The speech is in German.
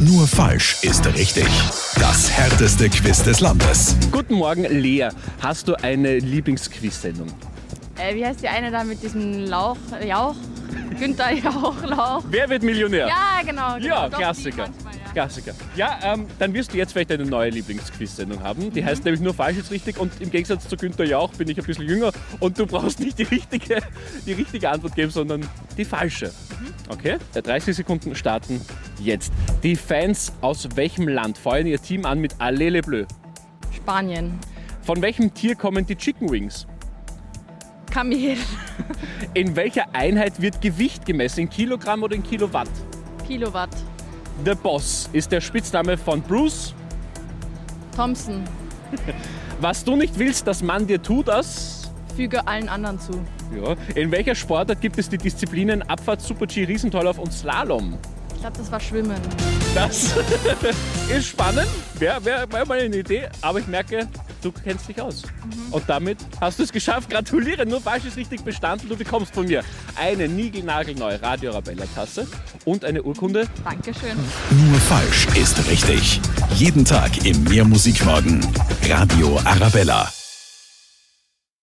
Nur falsch ist richtig. Das härteste Quiz des Landes. Guten Morgen, Lea. Hast du eine Lieblingsquiz-Sendung? Äh, wie heißt die eine da mit diesem Lauch, Jauch? Günther Jauch, Lauch. Wer wird Millionär? Ja, genau. genau. Ja, Doch, die Klassiker. manchmal, ja. Klassiker. Ja, ähm, dann wirst du jetzt vielleicht eine neue Lieblingsquiz-Sendung haben. Mhm. Die heißt nämlich nur falsch ist richtig und im Gegensatz zu Günther Jauch bin ich ein bisschen jünger und du brauchst nicht die richtige, die richtige Antwort geben, sondern die falsche. Mhm. Okay? Ja, 30 Sekunden starten jetzt. Die Fans aus welchem Land feuern ihr Team an mit Allele Bleu? Spanien. Von welchem Tier kommen die Chicken Wings? Kamel. In welcher Einheit wird Gewicht gemessen? In Kilogramm oder in Kilowatt? Kilowatt. The Boss ist der Spitzname von Bruce. Thompson. Was du nicht willst, dass man dir tut, das. Füge allen anderen zu. Ja. In welcher Sportart gibt es die Disziplinen Abfahrt, Super-G, Riesentorlauf und Slalom? Ich glaube, das war Schwimmen. Das ist spannend. Wäre wär, wär mal eine Idee, aber ich merke, du kennst dich aus. Und damit hast du es geschafft. Gratuliere, nur falsch ist richtig bestanden. Du bekommst von mir eine niegelnagelneue Radio Arabella-Tasse und eine Urkunde Dankeschön. Nur falsch ist richtig. Jeden Tag im Mehrmusikmorgen. Radio Arabella.